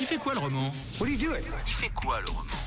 Il fait quoi le roman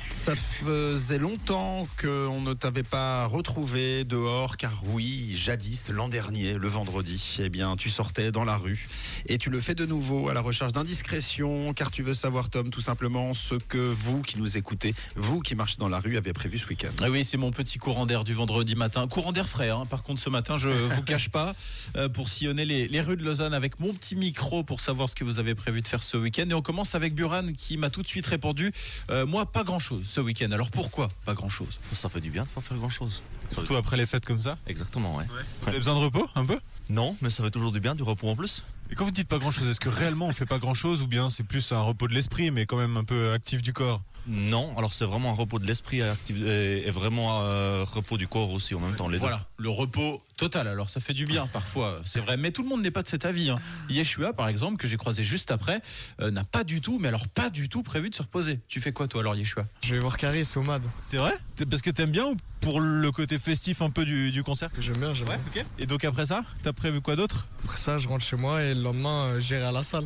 Ça faisait longtemps qu'on ne t'avait pas retrouvé dehors, car oui, jadis, l'an dernier, le vendredi, eh bien, tu sortais dans la rue et tu le fais de nouveau à la recherche d'indiscrétion, car tu veux savoir, Tom, tout simplement ce que vous qui nous écoutez, vous qui marchez dans la rue, avez prévu ce week-end. Ah oui, c'est mon petit courant d'air du vendredi matin. Courant d'air frais, hein. par contre ce matin, je vous cache pas, euh, pour sillonner les, les rues de Lausanne avec mon petit micro pour savoir ce que vous avez prévu de faire ce week-end. Et on commence avec Buran qui m'a tout de suite répondu, euh, moi pas grand-chose ce week-end. Alors pourquoi pas grand-chose Ça fait du bien de pas faire grand chose. Surtout après les fêtes comme ça Exactement, ouais. Vous avez besoin de repos un peu Non, mais ça fait toujours du bien, du repos en plus. Et quand vous dites pas grand chose, est-ce que réellement on fait pas grand chose ou bien c'est plus un repos de l'esprit mais quand même un peu actif du corps Non, alors c'est vraiment un repos de l'esprit et actif- et, et vraiment un repos du corps aussi en même temps. Les deux. Voilà, le repos total. Alors ça fait du bien parfois, c'est vrai. Mais tout le monde n'est pas de cet avis. Hein. Yeshua, par exemple, que j'ai croisé juste après, euh, n'a pas du tout, mais alors pas du tout prévu de se reposer. Tu fais quoi toi alors Yeshua Je vais voir Caris au MAD. C'est vrai T'es- Parce que t'aimes bien ou pour le côté festif un peu du, du concert Parce que j'aime bien, j'aime bien. ok. Et donc après ça, t'as prévu quoi d'autre Après ça, je rentre chez moi et le lendemain, euh, j'irai à la salle.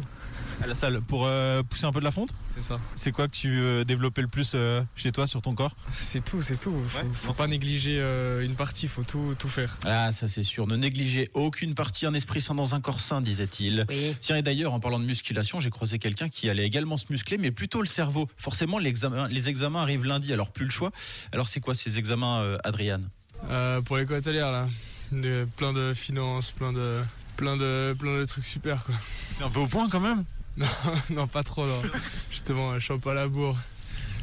À la salle pour euh, pousser un peu de la fonte C'est ça. C'est quoi que tu veux développer le plus euh, chez toi sur ton corps C'est tout, c'est tout. Faut, Ouais, faut non, pas négliger euh, une partie, faut tout, tout faire. Ah, ça c'est sûr. Ne négligez aucune partie, un esprit sain dans un corps sain, disait-il. Tiens, et d'ailleurs, en parlant de musculation, j'ai croisé quelqu'un qui allait également se muscler, mais plutôt le cerveau. Forcément, l'examen- les examens arrivent lundi, alors plus le choix. Alors, c'est quoi ces examens, euh, Adriane Euh, pour l'école hôtelière, là, de- plein de finances, plein de, plein de, plein de trucs super, quoi. T'es un peu au point quand même non, pas trop, là. Justement, euh, je suis pas à la bourre.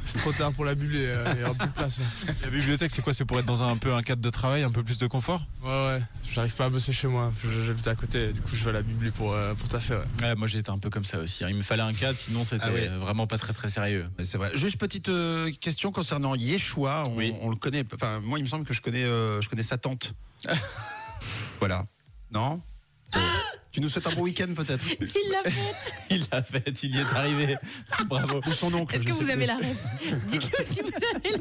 C'est trop tard pour la bulle et euh, il y aura plus de place. là. La bibliothèque c'est quoi C'est pour être dans un, un peu un cadre de travail, un peu plus de confort Ouais, ouais. J'arrive pas à bosser chez moi. Je- J'habite à côté. Du coup, je vais à la bibliothèque pour, euh, pour taffer, ouais. Ouais, Moi, j'étais un peu comme ça aussi. hein. Il me fallait un cadre, sinon c'était Ah oui. euh, vraiment pas très très sérieux. Mais c'est vrai. Juste petite euh, question concernant Yeshua. On, Oui. on le connaît. Enfin, moi, il me semble que je connais, euh, je connais sa tante. voilà. Non Bon. Tu nous souhaites un bon week-end peut-être Il l'a fait. Il l'a fait, il y est arrivé. Bravo. Ou son oncle Est-ce je que sais vous plus. avez la rêve Dites-le si vous avez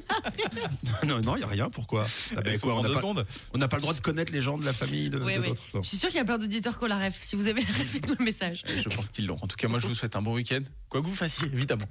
la Non, non, il n'y a rien. Pourquoi Ah ben Eh, quoi, en On deux n'a pas, secondes. on n'a pas le droit de connaître les gens de la famille de, Oui, de oui. votre- Bon. Je suis sûre qu'il y a plein d'auditeurs qui ont la rêve. Si vous avez la rêve, faites-nous un message. Je pense qu'ils l'ont. En tout cas, moi, je vous souhaite un bon week-end, quoi que vous fassiez, évidemment.